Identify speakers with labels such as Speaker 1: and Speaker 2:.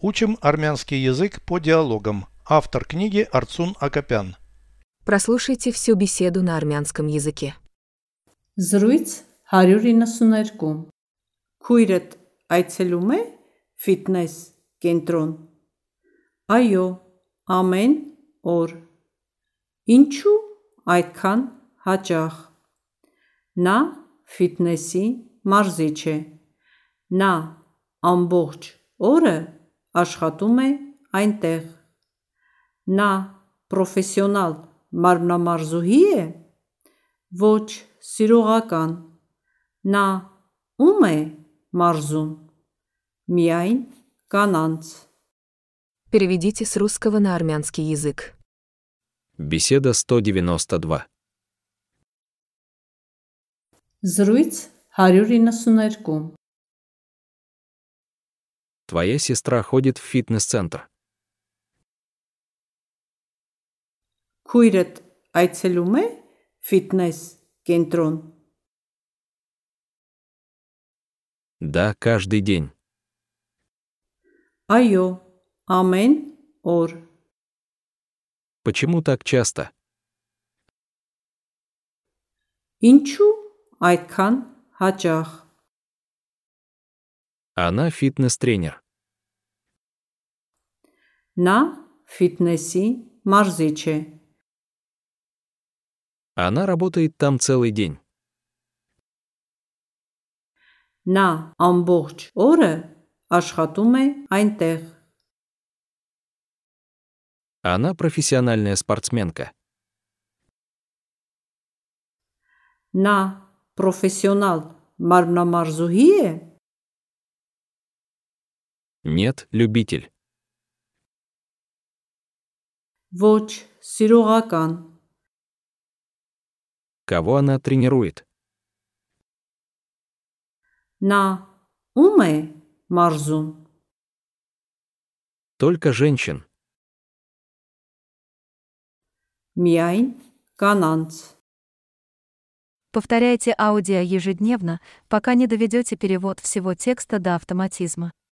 Speaker 1: Учим армянский язык по диалогам. Автор книги Арцун Акопян.
Speaker 2: Прослушайте всю беседу на армянском языке.
Speaker 3: Զրույց 192 Քույրդ այցելում է ֆիթնես կենտրոն։ Այո, ամեն օր։ Ինչու այդքան հաճախ։ Նա ֆիթնեսի մարզիչ է։ Նա ամբողջ օրը աշխատում է այնտեղ։ Նա պրոֆեսիոնալ մարմնամարզուհի է։ Ոչ, սիրողական։ Նա ում է մարզում։ Միայն կանանց։
Speaker 2: Переведите с русского на армянский язык.
Speaker 4: Беседа 192.
Speaker 3: Զրույց 192
Speaker 4: Твоя сестра ходит в фитнес-центр.
Speaker 3: Քույրդ այցելում է ֆիթնես կենտրոն։
Speaker 4: Да, каждый день.
Speaker 3: Այո, ամեն օր։
Speaker 4: Почему так часто?
Speaker 3: Ինչու այդքան հաճախ։
Speaker 4: Она фитнес-тренер.
Speaker 3: Նա ֆիթնեսի մարզիչ է։
Speaker 4: Она работает там целый день.
Speaker 3: Նա ամբողջ օրը աշխատում է այնտեղ։
Speaker 4: Она профессиональная спортсменка.
Speaker 3: Նա պրոֆեսիոնալ մարմնամարզուհի է։
Speaker 4: Нет, любитель.
Speaker 3: Ոչ, սիրողական։
Speaker 4: Кого она тренирует?
Speaker 3: Նա ում է մարզում։
Speaker 4: Только женщин.
Speaker 3: Միայն կանանց։
Speaker 5: Повторяйте аудио ежедневно, пока не доведете перевод всего текста до автоматизма.